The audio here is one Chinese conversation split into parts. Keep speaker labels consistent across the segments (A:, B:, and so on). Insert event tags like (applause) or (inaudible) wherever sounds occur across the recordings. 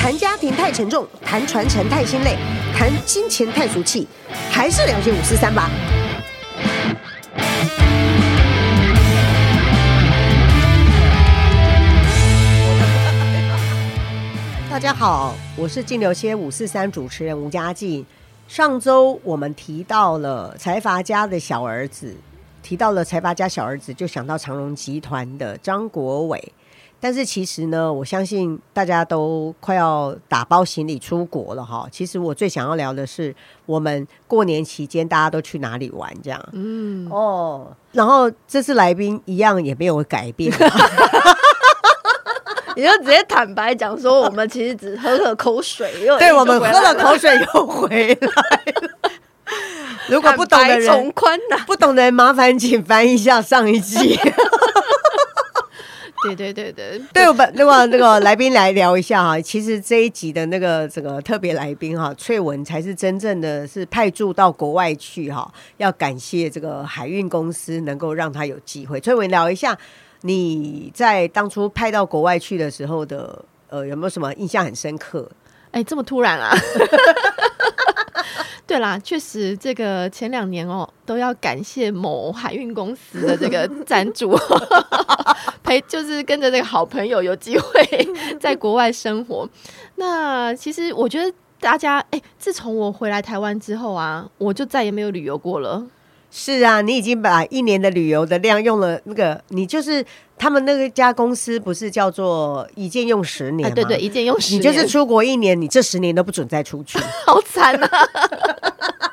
A: 谈家庭太沉重，谈传承太心累，谈金钱太俗气，还是聊些五四三吧。 (laughs) 大家好，我是净流些五四三主持人吴佳静。上周我们提到了财阀家的小儿子，提到了财阀家小儿子，就想到长荣集团的张国伟。但是其实呢，我相信大家都快要打包行李出国了哈。其实我最想要聊的是，我们过年期间大家都去哪里玩这样。嗯，哦，然后这次来宾一样也没有改 (laughs) 变，
B: 你就直接坦白讲说，我们其实只喝了口水，又
A: 对我们喝了口水又回来了。 (laughs) 如
B: 如
A: 果不懂的
B: 从
A: 人，
B: 宽呐、
A: 不懂的人麻烦请翻一下上一集。
B: 对对对对，
A: 对，我们那个那个来宾来聊一下哈， (laughs) 其实这一集的那个这个特别来宾哈，翠文才是真正的是派驻到国外去哈，要感谢这个海运公司能够让他有机会。翠文聊一下，你在当初派到国外去的时候的呃，有没有什么印象很深刻？
C: 哎，这么突然啊！ (laughs) 对啦，确实，这个前两年哦，都要感谢某海运公司的这个赞
A: (laughs)
C: 助， (laughs) 陪就是跟着这个好朋友有
A: (laughs)
C: 机会在国外生活。那其实我觉得大家，哎，自从我回来台湾之后啊，我就再也没有旅游过了。
A: 是啊，你已经把一年的旅游的量用了那个，你就是他们那个家公司不是叫做一件用十年
C: 哎，
A: 吗？
C: 对对，一件用十
A: 你
C: 年，
A: 就是出国一年，你这十年都不准再出去。 (laughs)
C: 好惨啊！ (laughs)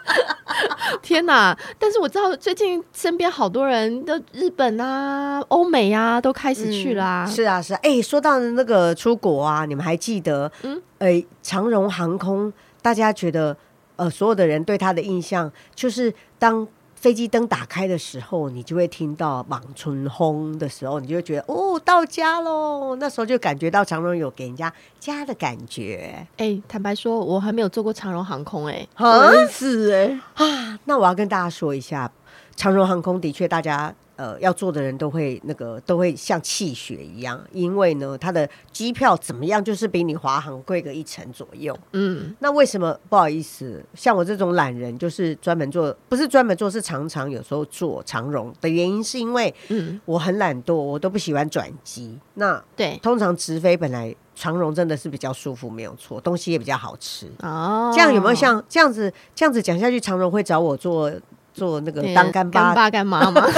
C: 天哪！但是我知道最近身边好多人都日本啊、欧美啊都开始去啦、
A: 是啊，是啊。哎、说到那个出国啊，你们还记得？嗯
C: 嗯，
A: 哎、长荣航空，大家觉得呃，所有的人对它的印象就是当。飞机灯打开的时候，你就会听到莽春轰的时候，你就会觉得哦，到家喽。那时候就感觉到长荣有给人家家的感觉
C: 哎、坦白说，我还没有坐过长荣航空、哎，
A: 啊。
B: 是哎、
A: 啊，那我要跟大家说一下，长荣航空的确，大家呃要坐的人都会那个都会像气血一样，因为呢，它的机票怎么样，就是比你华航贵个一成左右。
C: 嗯，
A: 那为什么不好意思？像我这种懒人，就是专门做，不是专门做，是常常有时候做长荣的原因，是因为
C: 嗯
A: 我很懒惰，我都不喜欢转机。那
C: 对，
A: 通常直飞本来长荣真的是比较舒服，没有错，东西也比较好吃。
C: 哦，
A: 这样有没有像这样子这样子讲下去，常荣会找我做做那个
C: 对
A: 当干
C: 干
A: 爸？
C: 爸干妈吗？ (laughs)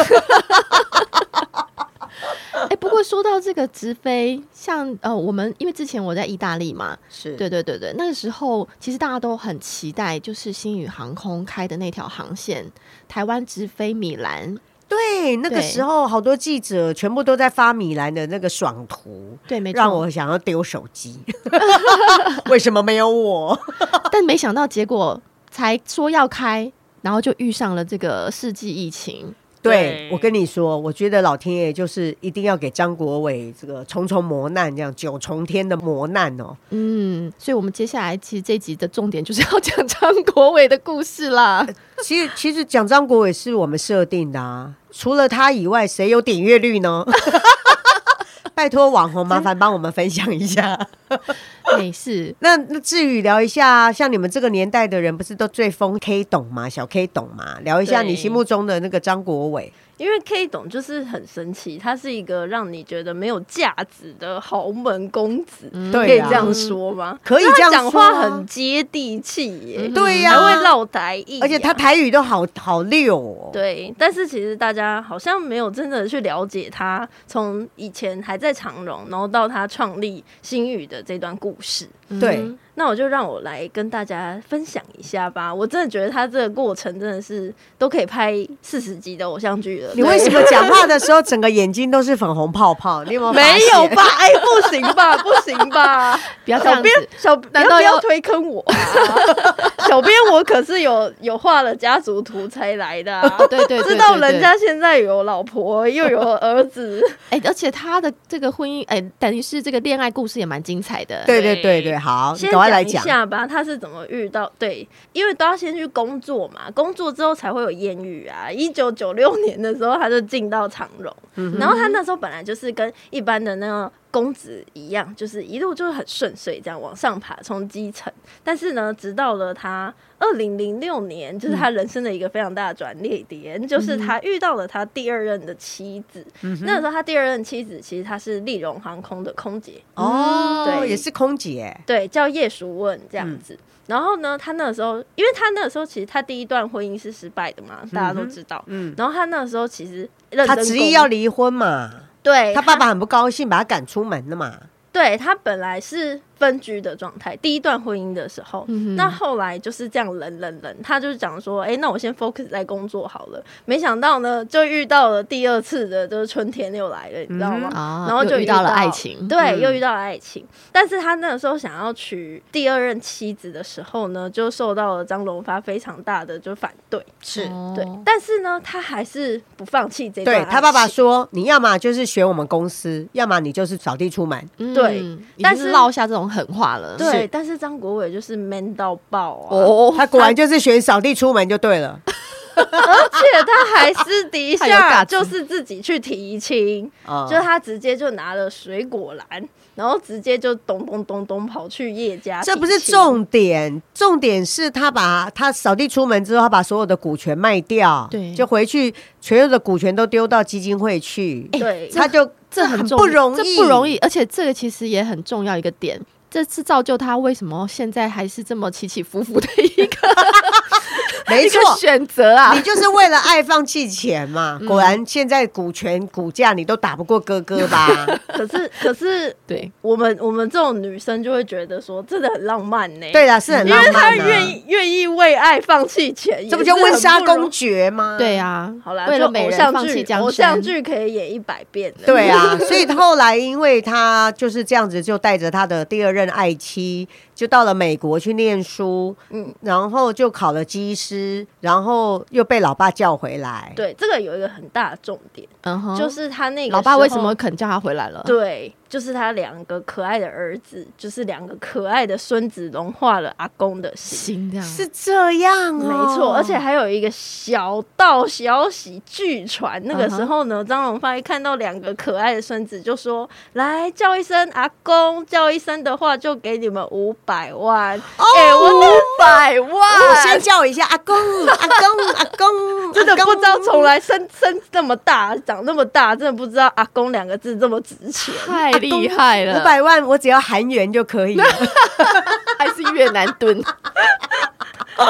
C: 哎、不过说到这个直飞，像呃，我们因为之前我在意大利嘛，
A: 是
C: 对对对对，那个时候其实大家都很期待，就是星宇航空开的那条航线，台湾直飞米兰。
A: 对，那个
C: 对
A: 时候好多记者全部都在发米兰的那个爽图，
C: 对，没错。
A: 让我想要丢手
C: (laughs)
A: 机。为什么没有我？
C: 但没想到结果才说要开，然后就遇上了这个世纪疫情。
A: 对
B: 对
A: 我跟你说，我觉得老天爷就是一定要给张国伟这个重重磨难，这样九重天的磨难哦。
C: 嗯，所以我们接下来其实这集的重点就是要 (laughs) 讲张国伟的故事啦。
A: 其实其实讲张国伟是我们设定的啊，除了他以外，谁有点阅率呢？ (laughs) 拜托网红，麻烦帮我们分享一下。
B: (laughs) 呃
C: 没事，
A: 那那至于聊一下，像你们这个年代的人，不是都最疯 K 懂吗？小 K 懂吗？聊一下
B: 对
A: 你心目中的那个张国伟，
B: 因为 K 董就是很神奇，他是一个让你觉得没有价值的豪门公子，
C: 嗯
B: 可
A: 对
B: 以
A: 啊
B: 这样说吗？
A: 可以
B: 因为
A: 这样
B: 他
A: 说
B: 讲
A: 啊嗯
B: 话很接地气耶，
A: 对呀、
B: 还会绕台意、
A: 而且他。台语都好好溜哦。
B: 对，但是其实大家好像没有真的去了解他从以前还在长荣，然后到他创立新宇的这段故事。
A: 对
C: 嗯
B: 那我就让我来跟大家分享一下吧。我真的觉得他这个过程真的是都可以拍四十集的偶像剧了。
A: 你为什么讲话的时候整个眼睛都是粉红泡泡？你有没有发现
B: 没
A: (laughs)
B: 有？吧？哎、不行吧，不行吧！
C: (laughs) 不要这
B: 小
C: 样
B: 编
C: 子。
B: 小不
C: 难
B: 要
C: 道
B: 不
C: 要
B: 要推坑我、啊？ (laughs) 小编我可是有有画了家族图才来的、啊。
C: 哦对 (laughs)
B: (laughs)
C: 对对对
B: 知道
C: 对
B: 人家现在有老婆又有儿子，
C: 哎、而且他的这个婚姻，哎、等于是这个恋爱故事也蛮精彩的。
A: 对对对对，对，好，你
B: 先
A: 赶快来
B: 讲一
A: 讲。
B: 下吧，他是怎么遇到？对，因为都要先去工作嘛，工作之后才会有艳遇啊。一九九六年的时候，他就进到长荣，
A: 嗯
B: 然后他那时候本来就是跟一般的那个公子一样，就是一路就是很顺遂，这样往上爬，从基层。但是呢，直到了他二零零六年，就是
A: 嗯
B: 他人生的一个非常大的转捩点，就是他遇到了他第二任的妻子。
A: 嗯
B: 那时候他第二任妻子其实她是丽荣航空的空姐。
A: 哦，
B: 嗯对
A: 也是空姐，
B: 对，叫叶淑问
A: 嗯
B: 这样子。然后呢，他那时候，因为他那时候其实他第一段婚姻是失败的嘛，大家都知道。
A: 嗯，
B: 然后他那时候其实认
A: 她
B: 真
A: 执
B: 工
A: 意要离婚嘛，
B: 对
A: 她爸爸很不高兴，把她赶出门的嘛。
B: 对他本来是分居的状态，第一段婚姻的时候，
C: 嗯哼
B: 那后来就是这样冷冷冷，他就讲说，哎、那我先 focus 在工作好了。没想到呢，就遇到了第二次的，就是春天又来了，你知道
A: 嗯
B: 吗？
C: 啊
B: 然后就
C: 又遇到了爱情嗯
B: 对，又遇到了爱情。但是他那个时候想要娶第二任妻子的时候呢，就受到了张荣发非常大的就反对，
A: 是
B: 对
C: 哦。
B: 但是呢，他还是不放弃这段
A: 对
B: 爱
A: 他爸爸
B: 情
A: 说，你要么就是选我们公司，要么你就是扫地出门。
C: 嗯
B: 对
C: 已经
B: 但是
C: 落下这种狠话了，
B: 对，
A: 是
B: 但是张国伟就是 man 到爆啊！
C: 哦，
A: (laughs) 他果然就是选扫地出门就对
C: (laughs)
A: 了。
B: 而且他还私底
C: 太有
B: 下
C: 尬嗯子
B: 就是自己去提亲，
A: 啊，
B: 就是他直接就拿了水果篮，然后直接就咚咚咚咚跑去叶家提亲，
A: 这不是重点，重点是他把他扫地出门之后，他把所有的股权卖掉，
C: 对
A: 就回去所有的股权都丢到基金会去，
B: 对，
A: 他就
C: 哎这很重
A: 不容易，
C: 这不容。易，而且这个其实也很重要一个点。这是造就他为什么现在还是这么起起伏伏的一个
A: 没
C: (laughs) 一
A: 错
C: 个，选择啊
A: (laughs) 你！就是为了爱放弃钱嘛。
B: 嗯
A: 果然现在股权股价你都打不过哥哥
B: (laughs)
A: 吧？
B: 可是可是
C: 对，
B: 我们我们这种女生就会觉觉得说，真的很浪漫呢、
A: 对啦，是很
B: 哎因
A: 浪
B: 为他
A: 漫、啊，
B: 愿意愿意为爱放弃钱，
A: 这不就温莎公
B: 主？
A: 爵吗？
C: 对啊，
B: 嗯好啦，
C: 为了
B: 就
C: 美
B: 偶
C: 人
B: 像
C: 放弃
B: 剧，
C: 江
B: 偶像
C: 山，
B: 剧可以演一百遍的。
A: 对啊，所以后来因为他就是这样子，就带着他的第二任爱妻，就到了美国去念书，
B: 嗯
A: 嗯，然后就考了技师，然后又被老爸叫回来，，
B: 对，这个有一个很大的重点，
C: 嗯哼，
B: 就是他那个
C: 老爸为什
B: 时候
C: 么肯叫他回来了？
B: 对，就是他两个可爱的儿子，就是两个可爱的孙子，融化了阿公的心。
C: 心这样
A: 是这样、哦，
B: 没错，而且还有一个小道消息，据传那个时候呢，张荣发一看到两个可爱的孙子，就说：“来叫一声阿公，叫一声的话就给你们五百万。
A: 哦，
B: 哎我
A: 我
C: 百
A: 我
C: 万
A: 先叫一下阿公，阿公，阿公，
B: (laughs) 真的
A: 阿公
B: 不知道从来生生那么大，长那么大，真的不知道“阿公”两个字这么值钱。
C: 太厉害了，
A: 五百万，我只要韩元就可以
C: (laughs)
A: 了。
C: 还是越南盾，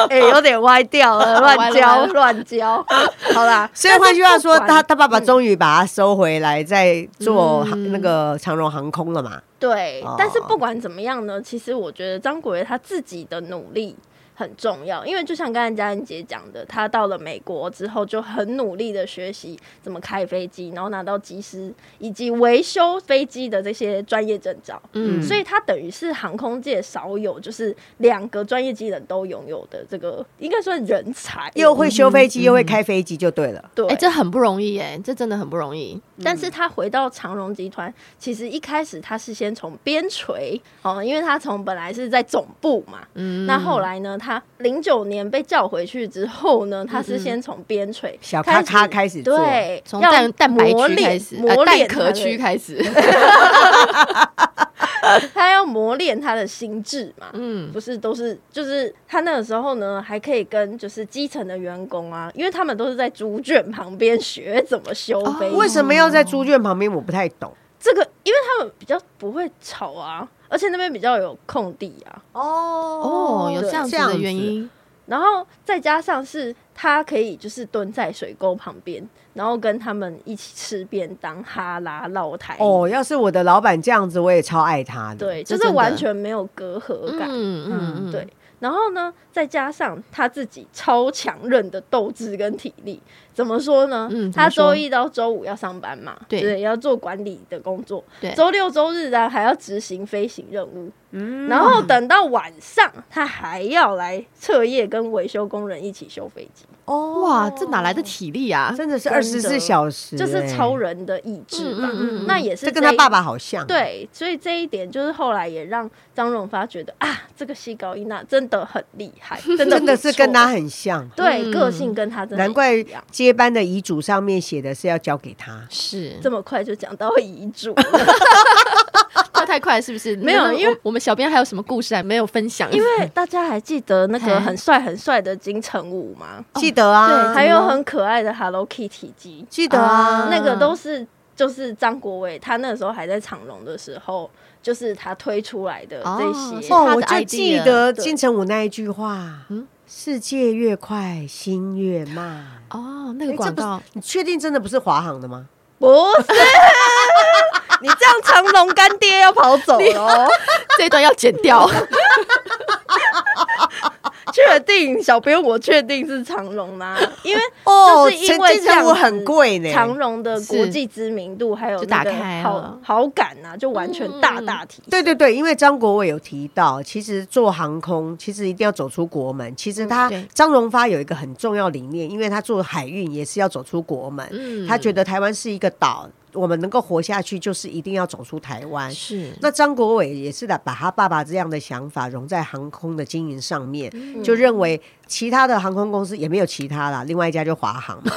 B: 哎、有点歪掉了，乱
C: (laughs) 歪了
B: 教
C: 歪了
B: 乱教。好啦，
A: 所以换句话说，
B: 但
A: 他
B: 是不管
A: 他爸爸终于把他收回来，在做
C: 嗯
A: 那个长荣航空了嘛？
B: 对，但是
A: 哦
B: 不管怎么样呢，其实我觉得张国伟他自己的努力很重要，因为就像刚才佳恩姐讲的，他到了美国之后就很努力的学习怎么开飞机，然后拿到机师以及维修飞机的这些专业证照。
C: 嗯，
B: 所以他等于是航空界少有，就是两个专业技能都拥有的这个，应该算人才。
A: 又会修飞机，
C: 嗯
A: 又会开飞机，就对了。
B: 对，
C: 哎，这很不容易哎，这真的很不容易，
B: 但是他回到长荣集团，其实一开始他是先从边陲哦，因为他从本来是在总部嘛，
C: 嗯，
B: 那后来呢，他零九年被叫回去之后呢，他
C: 嗯
B: 是先从边陲
A: 小咔咔开始做
B: 对，
C: 从
B: 要
C: 蛋蛋白
B: 磨
C: 区
B: 练
C: 开始，
B: 磨
C: 呃
B: 练
C: 蛋
B: 他的
C: 壳区开始，
B: 他要磨练他的心智嘛，
C: 嗯，
B: 不是都是就是他那个时候呢，还可以跟就是基层的员工啊，因为他们都是在猪圈旁边学怎么修
C: 哦
B: 飞机，
A: 为什么要在猪圈旁边？我不太懂。
B: 这个？因为他们比较不会吵啊，而且那边比较有空地啊，
A: 哦
C: 哦，有这样子的原。因，
B: 然后再加上是他可以就是蹲在水沟旁边，然后跟他们一起吃便当、哈拉唠台。
A: 哦，要是我的老板这样子，我也超爱他的。，
B: 对，
C: 这
B: 就是
C: 真的
B: 完全没有隔阂感。
C: 嗯嗯嗯，
B: 对，然后呢，再加上他自己超强韧的斗志跟体力，怎么说呢？
C: 嗯怎么
B: 他周
C: 说
B: 一到周五要上班嘛，
C: 对
B: 要做管理的工作，
C: 对
B: 周六周日啊还要执行飞行任务，嗯，然后等到晚上他还要来彻夜跟维修工人一起修飞机，
A: 哦
C: 哇，这哪来的体力啊？
A: 真的是
B: 真
A: 二
B: 的
A: 十四小时、
B: 就是超
A: 人，
B: 人的意志
C: 嗯
B: 吧。
C: 嗯嗯
B: 那也是
A: 这跟他
B: 一
A: 爸爸好像。，
B: 对，所以这一点就是后来也让张荣发觉得啊，这个西高一娜真的很厉害，真的
A: 真的
B: 不
A: 是
B: 错
A: 跟他很像。
B: 对、
C: 嗯
B: 个性跟他真的
A: 难怪
B: 一样
A: 接班的遗嘱上面写的是要交给他。
C: 是，
B: 这么快就讲到遗
C: (laughs)
B: 嘱了，
C: 跳太快是不是？
B: 没有
C: 那
B: 因为
C: 我我们小编还有什么故事还没有分享？
B: 因为大家还记得那
C: 嘿
B: 个很帅很帅的金城武吗？
C: 哦
A: 记得啊，
B: 对，还有
A: 怎么了
B: 很可爱的 Hello Kitty 机，
A: 记得啊
C: 啊，
B: 那个都是就是张国伟他那时候还在长隆的时候，就是他推出来的这
C: 哦
B: 些。
C: 是他
A: 哦，
C: 的
A: 我就
C: idea
A: 记得
B: 对
A: 金城武那一句话
C: 嗯，
A: 世界越快，心越慢。
C: 哦，
A: 诶
C: 那个
A: 哎这
C: 广
A: 不是
C: 告，
A: 你确定真的不是华航的吗？
B: 不是， (laughs) 你这样长隆干爹要跑
A: (laughs)
B: 走了哦，
C: (laughs) 这一段要剪掉。
B: 确定？小编我确定是长隆
C: (laughs)
B: 啦，因为
A: 哦，
B: 就是因为
A: 金城武
B: 这样子
A: 很贵呢，
B: 长荣的国
C: 是
B: 际知名度还有
C: 就
B: 那
C: 打
B: 个
C: 开
B: 好
C: 了嗯
B: 好感啊，就完全大大提升。
A: 对对对，因为张国伟有提到，其实做航空，其实一定要走出国门。其实他、
C: 嗯对
A: 张荣发有一个很重要理念，因为他做海运也是要走出国门。
C: 嗯
A: 他觉得台湾是一个岛，我们能够活下去，就是一定要走出台湾。
C: 是
A: 那张国伟也是的，把他爸爸这样的想法融在航空的经营上面，就认为其他的航空公司也没有其他啦，另外一家就华航嘛，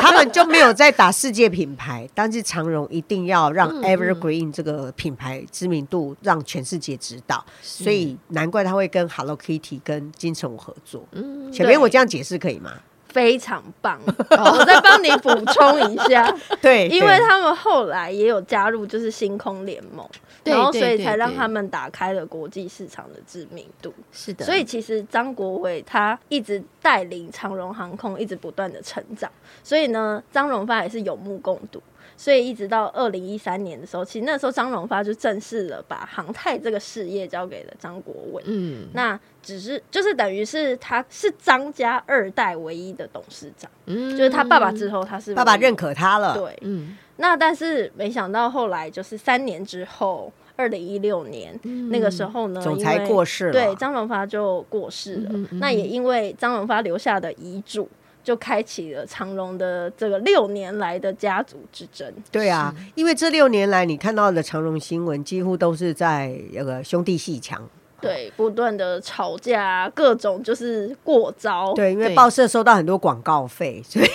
A: 他们就没有在打世界品牌，但是长荣一定要让
C: 嗯嗯
A: Evergreen 这个品牌知名度让全世界知道，所以难怪他会跟 Hello Kitty 跟金城武合作。
C: 嗯，
A: 前面
B: 对
A: 我这样解释可以吗？
B: 非常棒，
C: (laughs) 哦
B: 我再帮你补充一下，
A: 对，
B: 因为
A: 对
B: 他们后来也有加入就是星空联盟，
C: 对
B: 然后
C: 对
B: 所以
C: 对
B: 才让
C: 对
B: 他们打开了国际市场的知名度。
C: 是的，
B: 所以其实张国伟他一直带领长荣航空一直不断的成长，所以呢，张荣发也是有目共睹。所以一直到二零一三年的时候，其实那时候张荣发就正式的把航太这个事业交给了张国伟。
C: 嗯
B: 那只是就是等于是他是张家二代唯一的董事长，
C: 嗯
B: 就是他爸爸之后他是
A: 爸爸
B: 唯一
A: 认可他了。
B: 对，
C: 嗯
B: 那但是没想到后来就是三年之后，二零一六年、那个
C: 嗯
B: 时候呢，
A: 嗯总
B: 因
A: 裁
B: 为
A: 过世了
B: 对，张荣发就过世了。
C: 嗯嗯嗯
B: 那也因为张荣发留下的遗嘱。就开启了长荣的这个六年来的家族之争，
A: 对啊，因为这六年来你看到的长荣新闻，几乎都是在那个兄弟戏强。
B: 对，不断的吵架啊，各种就是过招，
A: 对，因为
C: 对
A: 报社收到很多广告费，所以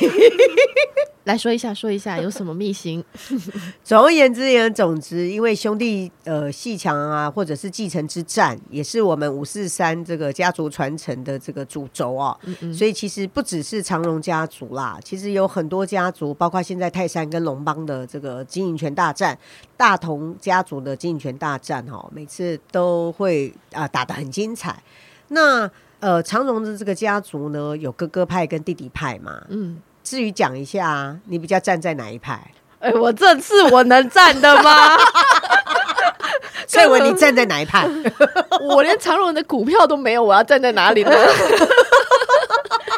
C: 来说一下，说一下有什么秘辛？
A: 总而言之，言而总之，因为兄弟呃戏强啊，或者是继承之战，也是我们五四三这个家族传承的这个主轴哦。所以其实不只是长荣家族啦，其实有很多家族，包括现在泰山跟龙邦的这个经营权大战，大同家族的经营权大战哦，每次都会啊、打得很精彩。那呃，长荣的这个家族呢，有哥哥派跟弟弟派嘛。
C: 嗯，
A: 至于讲一下，啊你比较站在哪一派？
B: 哎、我这是我能站的吗？
A: 所以文，你站在哪一派？
C: 我连长荣的股票都没有，我要站在哪里呢？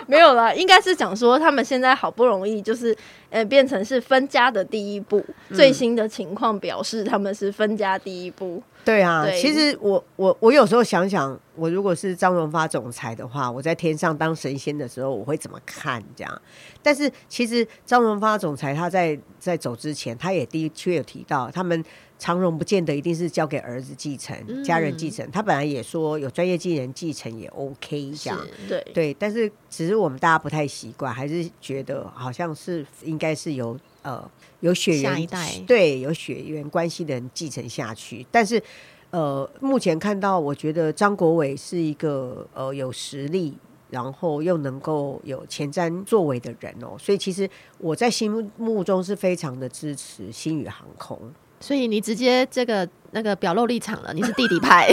B: 没有啦，应该是讲说他们现在好不容易就是呃变成是分家的第一步，最新的情况表示他们是分家第一步。
A: (laughs) 对啊，
B: 对
A: 其实我我我有时候想想，我如果是张荣发总裁的话，我在天上当神仙的时候，我会怎么看这样？但是其实张荣发总裁他在在走之前，他也的确有提到，他们长荣不见得一定是交给儿子继承、
C: 嗯
A: 家人继承，他本来也说有专业技能继承也 OK 这样。
B: 对，
A: 嗯对，但是只是我们大家不太习惯，还是觉得好像是应该是由呃有血缘
C: 下一代
A: 对有血缘关系的人继承下去，但是。呃，目前看到，我觉得张国伟是一个呃有实力，然后又能够有前瞻作为的人哦，所以其实我在心目目中是非常的支持星宇航
C: (laughs)
A: 空。
C: (laughs) 所以你直接这个那个表露立场了，你是弟弟派，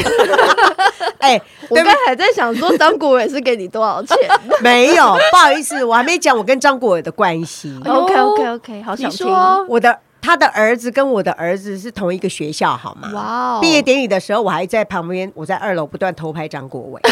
A: 哎、
B: 我
A: 对
B: 刚
A: 不
B: 才还在想说张国伟是给你多少钱
A: 没有，不好意思，我还没讲我跟张国伟的关系。
C: 哎呦
B: ？OK OK OK，好
C: 你
B: 想听。
A: (laughs)
C: 说
A: 我的他的儿子跟我的儿子是同一个学校，好吗？
C: 哇哦， (laughs)
A: 毕业典礼的时候，我还在旁边，我在二楼不断偷拍张国伟。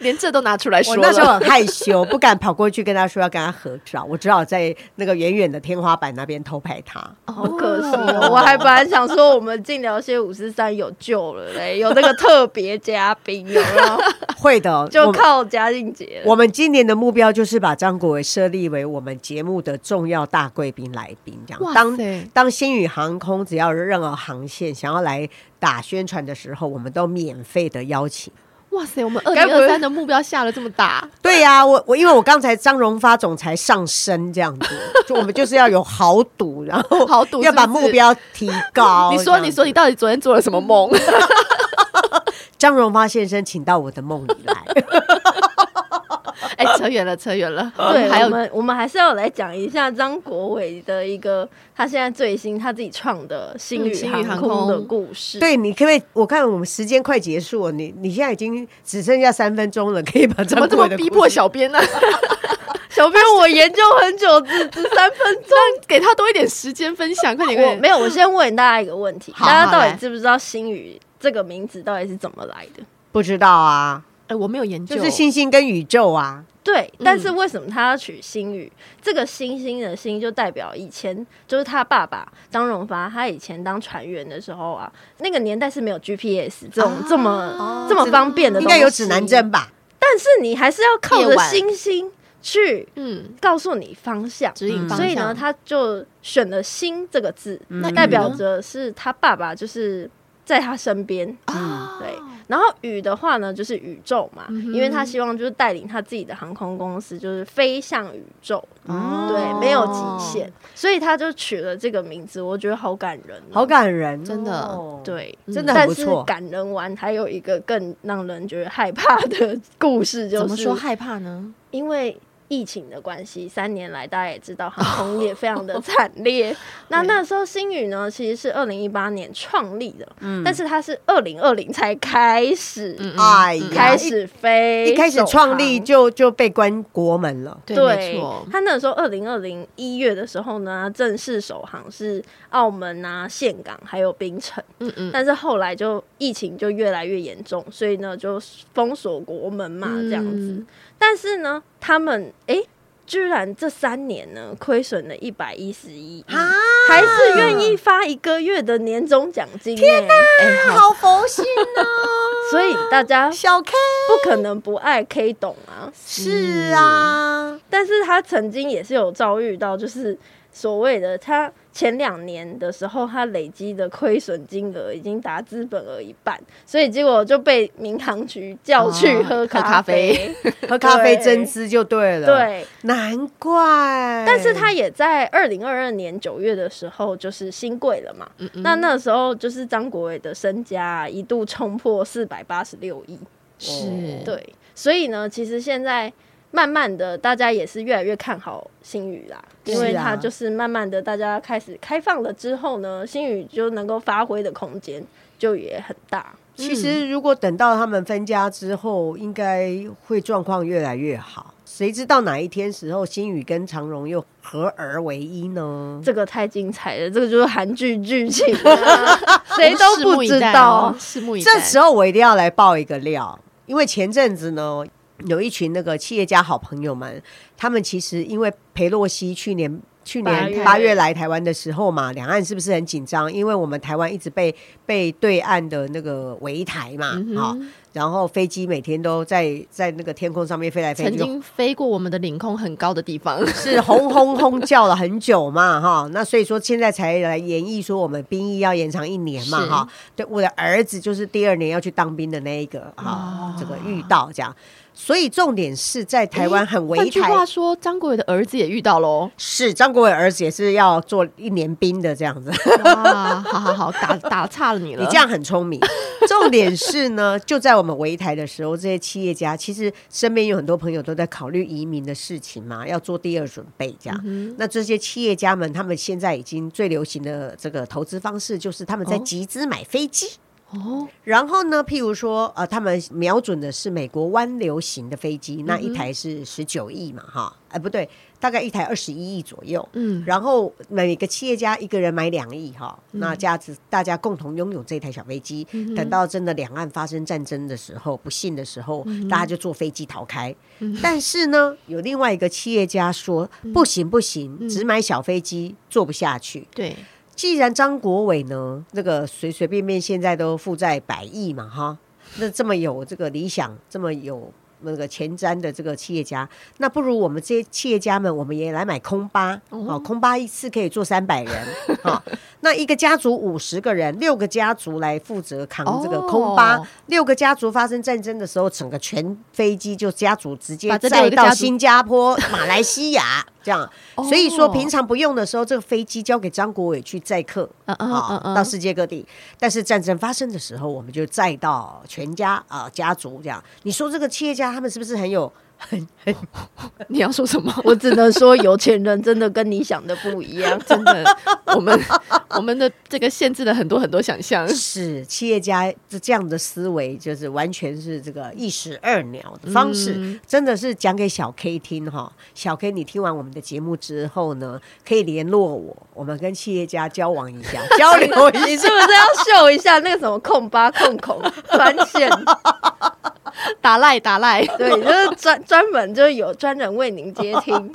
C: 连这都拿出来说
A: 我
C: 了。
A: 那时候很害羞，不敢跑过去跟他说要跟他合照，我只好在那个远远的天花板那边偷拍他。
C: (laughs)
B: 好可惜哦！我还本来想说我们进聊些五十三有救了嘞，有那个特别嘉宾，有没有？
A: 会的，
B: 就
A: 我们
B: 靠嘉靖姐了。
A: 我们今年的目标就是把张国伟设立为我们节目的重要大贵宾来宾，这样。
C: 哇
A: 当
C: 塞
A: 当星宇航空只要有任何航线想要来打宣传的时候，我们都免费的邀请。
C: 哇塞，我们二
B: 该
C: 零
B: 不会
C: 二三的目标下了这么大，
A: 对呀、我我因为我刚才张荣发总裁上升这样
C: (laughs)
A: 子，就我们就是要有豪赌，然后
C: 豪赌
A: 要把
C: 是不是
A: 目标提高。
C: 你
A: 这
C: 说，
A: 样
C: 你说，你到底昨天做了什么梦？
A: 张荣发先生，请到我的梦里来。
C: (laughs) 哎，扯远了，扯远了。
B: (laughs) 对，
C: 还
B: 我
C: 有
B: 们我们还是要来讲一下张国伟的一个他现在最新他自己创的星
C: 嗯
B: 宇
C: 星宇
B: 航
C: 航
B: 空的
C: 空
B: 故事。
A: 对，你可不可以？我看我们时间快结束了，你你现在已经只剩下三分钟了，可以把
C: 怎
A: 张
C: 么这
A: 国
C: 么
A: 伟的
C: 逼
A: 故
C: 迫
A: 事
B: (laughs)
C: 小编呢？ (laughs)
B: 小编，我研究很久，只只三分钟。
C: 给他多一点时间分享，快点，快
B: (laughs) 我
C: 点。
B: 没有，我先问大家一个问题：
C: 好
B: 大家
C: 好
B: 到
C: 来
B: 底知不知道星宇这个名字到底是怎么来的？
A: 不知道啊，
C: 哎，我没有研究，
A: 就是星星跟宇宙啊，
B: 对，
C: 嗯
B: 但是为什么他要取星宇？这个星星的星就代表以前就是他爸爸张荣发，他以前当船员的时候啊，那个年代是没有 GPS 这种、
C: 啊
B: 这么、这么方便的
A: 应
B: 东西，
A: 该有指南针。吧？
B: 但是你还是要靠
C: 夜
B: 着
C: 晚
B: 星星去
C: 嗯，
B: 告诉你方向。
C: 指引
A: 嗯
C: 方向。嗯
B: 所以呢，他就选了“星”这个字，
A: 那
B: 代
C: 雨
B: 表
C: 呢
B: 着是他爸爸就是在他身边，
A: 嗯
C: 啊
B: 对，然后宇的话呢，就是宇宙嘛，
C: 嗯哼
B: 因为他希望就是带领他自己的航空公司，就是飞向宇宙，
A: 嗯
B: 啊对，
C: 哦
B: 没有极限，，所以他就取了这个名字，我觉得好感人哦、
A: 好感人哦，
C: 真的
B: 对。
C: 嗯
A: 真的很
B: 但
A: 不
B: 是
A: 错。
B: 感人完，还有一个更让人觉得害怕的故事，就
C: 怎么
B: 是
C: 说害怕呢？
B: 因为疫情的关系，三年来大家也知道
A: 哦
B: 航空业非常
A: (laughs)
B: 的惨烈。那那时候星宇呢，其实是二零一八年创立的，
A: 嗯
B: 但是它是二零二零才开始，
C: 嗯
B: 嗯
A: 哎呀，
B: 开始飞
A: 一开始创立
B: 首航。
A: 就就被关国门了，
C: 对，没
B: 对
C: 错，，
B: 他那时候二零二零一月的时候呢，正式首航是澳门啊、岘港还有槟城，
C: 嗯嗯，
B: 但是后来就疫情就越来越严重，所以呢就封锁国门嘛，这样子。
C: 嗯
B: 但是呢，他们诶，居然这三年呢亏损了一百一十一亿，还是愿
A: 啊
B: 意发一个月的年终奖金、天哪！
C: 哎，好，
A: 好佛心哦，
B: 所以大
A: (laughs)
B: 家
A: 小 K
B: 不可能不爱 K 懂啊。
A: 是啊，
B: 但是他曾经也是有遭遇到，就是所谓的他前两年的时候，他累积的亏损金额已经达资本额一半，所以结果就被民航局叫去
C: 哦
B: 喝
C: 喝
B: 咖
C: 咖啡
B: 啡。
A: 喝咖啡
B: 对
A: 增资就对了，，
B: 对，
A: 难怪。
B: 但是他也在二零二二年九月的时候就是新贵了嘛。那那时候就是张国伟的身家啊一度冲破四百八十六亿。
C: 是，
B: 对，所以呢，其实现在慢慢的，大家也是越来越看好星宇啦，因为
A: 是啊
B: 它就是慢慢的，大家开始开放了之后呢，星宇就能够发挥的空间就也很大。
A: 其
B: 嗯
A: 实，如果等到他们分家之后，应该会状况越来越好。谁知道哪一天时候，新宇跟长荣又合而为一呢？
B: 这个太精彩了，这个就是韩剧剧情啊、 (laughs) 谁都
C: 我们拭
B: 不
C: 目以
B: 知
C: 待
B: 道 (laughs)
C: 哦，。拭目以待。
A: 这时候我一定要来爆一个料，因为前阵子呢，有一群那个企业家好朋友们，他们其实因为裴洛西去年去
B: 八
A: 年
B: 月
A: 八月来台湾的时候嘛，两岸是不是很紧张？因为我们台湾一直被被对岸的那个围台嘛，
C: 嗯
A: 好、
C: 哼
A: 然后飞机每天都在在那个天空上面飞来飞
C: 曾
A: 去，
C: 经飞过我们的领空很高的地方，
A: 是 (laughs) 轰轰轰叫了很久嘛，哈，那所以说现在才来演绎说我们兵役要延长一年嘛，
C: 是
A: 哈，对，我的儿子就是第二年要去当兵的那一个，哈
C: 哦，
A: 这个遇到这样，所以重点是在台湾很
C: 换
A: 围
C: 句
A: 台，。
C: 话说，张国伟的儿子也遇到哦喽
A: 是张国伟儿子也是要做一年兵的这样子，
C: 哇，好好好，打打岔了你了。
A: 你这样很聪
C: (laughs)
A: 明。重点是呢，就在我们围台的时候，这些企业家其实身边有很多朋友都在考虑移民的事情嘛，要做第二准备这样。
C: 嗯
A: 那这些企业家们，他们现在已经最流行的这个投资方式，就是他们在
C: 哦
A: 集资买飞机。
C: 哦，
A: 然后呢，譬如说，呃，他们瞄准的是美国湾流型的飞机，那一台是十九亿嘛，哈，哎、不对，大概一台二十一亿左右。
C: 嗯，
A: 然后每个企业家一个人买两亿哈，那这样子大家共同拥有这台小飞机。等到真的两岸发生战争的时候，不幸的时候，大家就坐飞机逃开。但是呢，有另外一个企业家说，不行不行，只买小飞机做不下去。
C: 对，
A: 既然张国伟呢，这个随随便便现在都负债百亿嘛，哈，那这么有这个理想，这么有那个前瞻的这个企业家，那不如我们这些企业家们，我们也来买空巴，哦，空巴一次可以坐三百人， (laughs) 啊、那一个家族五十个人，六个家族来负责扛这个空巴，
C: 哦
A: 六个家族发生战争的时候，整个全飞机就家族直接
C: 把这六
A: 载
C: 个家
A: 到
C: 族
A: 新加坡、马来西
C: (laughs)
A: 亚这样。
C: 哦
A: 所以说，平常不用的时候，这个飞机交给张国伟去载客
C: 嗯嗯嗯
A: 啊，
C: 嗯
A: 到世界各地。但是战争发生的时候，我们就载到全家啊家族这样。你说这个企业家他们是不是很有？
C: (laughs) 你要说什么？。
B: 我只能说，有钱人真的跟你想的不一样
C: 真的，我们 (laughs) 我们的这个限制了很多很多想 (laughs) 象。
A: 是企业家这这样的思维，就是完全是这个一石二鸟的方式，
C: 嗯
A: 真的是讲给小 K 听哈。小 K，你听完我们的节目之后呢，可以联络我，我们跟企业家交往一
C: (laughs)
A: 下，交流一
B: 你
A: 下
B: 是。不是要秀一下那个什么控八控孔专线？
C: 打赖打赖，
B: 对，就是专专门就是有专人为您接听。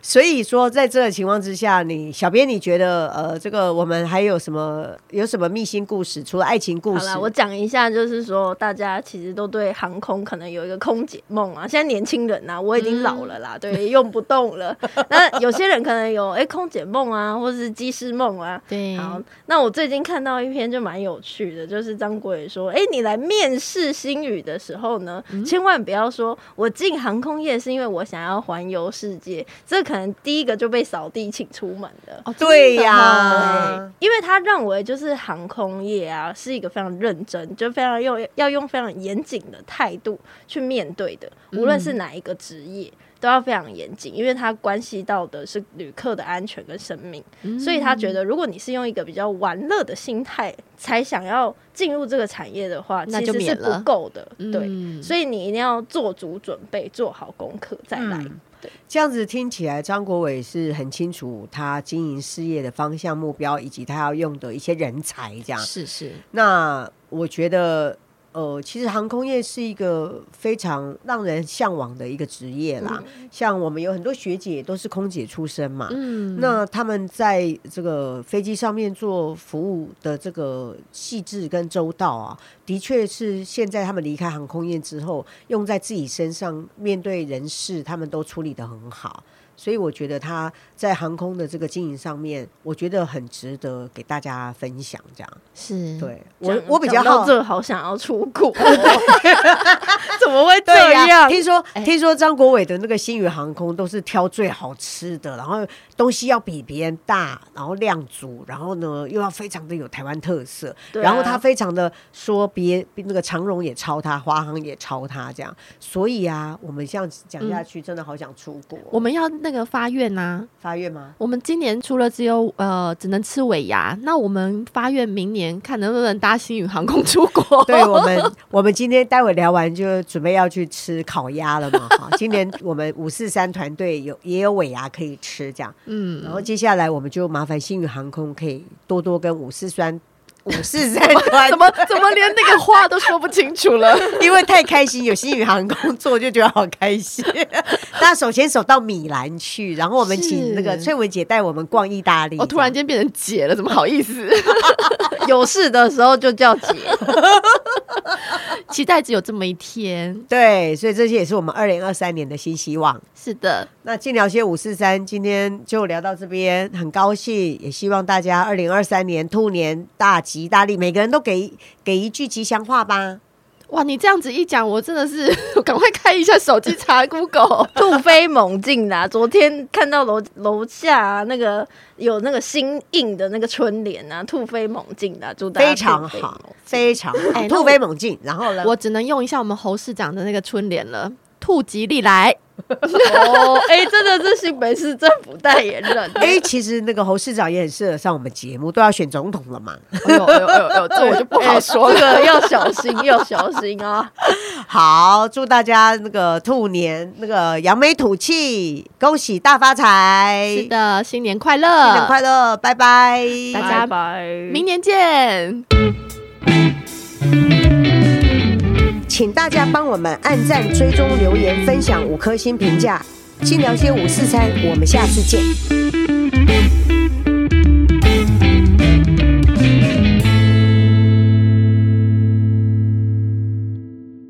A: 所以说，在这个情况之下，你小编你觉得呃，这个我们还有什么有什么秘辛故事？除了爱情故
B: 好
A: 事，
B: 啦，我讲一下，就是说大家其实都对航空可能有一个空姐梦啊。现在年轻人啊，我已经老了啦，对，用不动了。那有些人可能有哎、诶空姐梦啊，或是机师梦啊。
C: 对
B: 好，那我最近看到一篇就蛮有趣的，就是张国伟说：“哎、你来面试新宇的时候呢，千万不要说我进航空业是因为我想要环游世界，这可能第一个就被扫地请出门的。”
C: 哦，
A: 对呀、
B: 对，因为他认为就是航空业啊是一个非常认真，就非常用要用非常严谨的态度去面对的，嗯无论是哪一个职业。都要非常严谨，因为它关系到的是旅客的安全跟生命，嗯所以他觉得，如果你是用一个比较玩乐的心态才想要进入这个产业的话，
C: 那
B: 其
C: 就
B: 实是
C: 免了
B: 不够的。对，
C: 嗯
B: 所以你一定要做足准备，做好功课再来。
A: 嗯这样子听起来，张国伟是很清楚他经营事业的方向、目标，以及他要用的一些人才。这样，
C: 是是，
A: 那我觉得，呃，其实航空业是一个非常让人向往的一个职业啦。像我们有很多学姐都是空姐出身嘛，
C: 嗯
A: 那他们在这个飞机上面做服务的这个细致跟周到啊，的确是现在他们离开航空业之后，用在自己身上，面对人事，他们都处理得很好。所以我觉得他在航空的这个经营上面，我觉得很值得给大家分享。这样，
C: 是，
A: 对
B: 讲
A: 我我比较
B: 讲到
A: 好。
B: 这，好想要出国，
A: (laughs)
B: 怎么会这
A: 对呀、
B: 样？
A: 听说
C: 哎
A: 听说张国伟的那个星宇航空都是挑最好吃的，然后东西要比别人大，然后量足，然后呢又要非常的有台湾特色，
B: 对啊
A: 然后他非常的说别那个长荣也超他，华航也超他这样，所以啊，我们这样子讲下去，真的好想出国。
B: 嗯
C: 我们要那个发愿呐、
A: 发愿吗？
C: 我们今年除了只有呃只能吃尾牙，那我们发愿明年看能不能搭星宇航空出
A: (laughs)
C: 国。
A: 对我们，我们今天待会聊完就准备要去吃烤鸭了嘛。哈， (laughs) 今年我们五四三团队有也有尾牙可以吃这样。
C: 嗯，
A: 然后接下来我们就麻烦星宇航空可以多多跟五四
C: (laughs)
A: 三五四三团
C: 怎，么怎么连那个话都说不清楚
A: (laughs)
C: 了？
A: 因为太开心，有星宇航空做就觉得好开
C: (laughs)
A: 心。那手牵手到米兰去，然后我们请
C: 是哦
A: 那个翠文姐带我们逛意大利。
C: 我、突然间变成姐了，怎么好意思？
B: 有事的时候就叫姐，
C: 期待只有这么一天。
A: 对，所以这些也是我们二零二三年的新希望。
C: 是的，
A: 那尽聊些五四三，今天就聊到这边，很高兴，也希望大家二零二三年兔年大吉大利，每个人都给给一句吉祥话吧。
C: 哇，你这样子一讲，我真的是 (laughs) 赶快开一下手机查 Google。
B: 突飞猛进啦！昨天看到楼楼下、啊、那个有那个新印的那个春联啊，突飞猛进啦！祝大家
A: 非常
B: 突飞
A: 好
B: 猛进，
A: 非常好，
C: 啊哎那我
A: 突飞猛进。然后呢？ (laughs)
C: 我只能用一下我们侯市长的那个春联了，兔吉利来。
B: 哦！哎、真的是新北市政府代
A: (laughs)
B: 言人，
A: 哎、其实那个侯市长也很适合上我们节目，都要选总统了嘛。
C: (laughs) 哎呦哎呦哎呦哎呦，这我就不好说
B: 这
C: 了。
B: 个要小心，要小心啊！
A: 好，祝大家那个兔年那个扬眉吐气，恭喜大发财，
C: 哎是的，新年快
A: 新年
C: 乐，
A: 快乐，拜拜，
C: 大家
B: 拜，
C: 明年见。
A: 请大家帮我们按赞、追踪、留言、分享五颗星评价。新聊些五四三，我们下次见。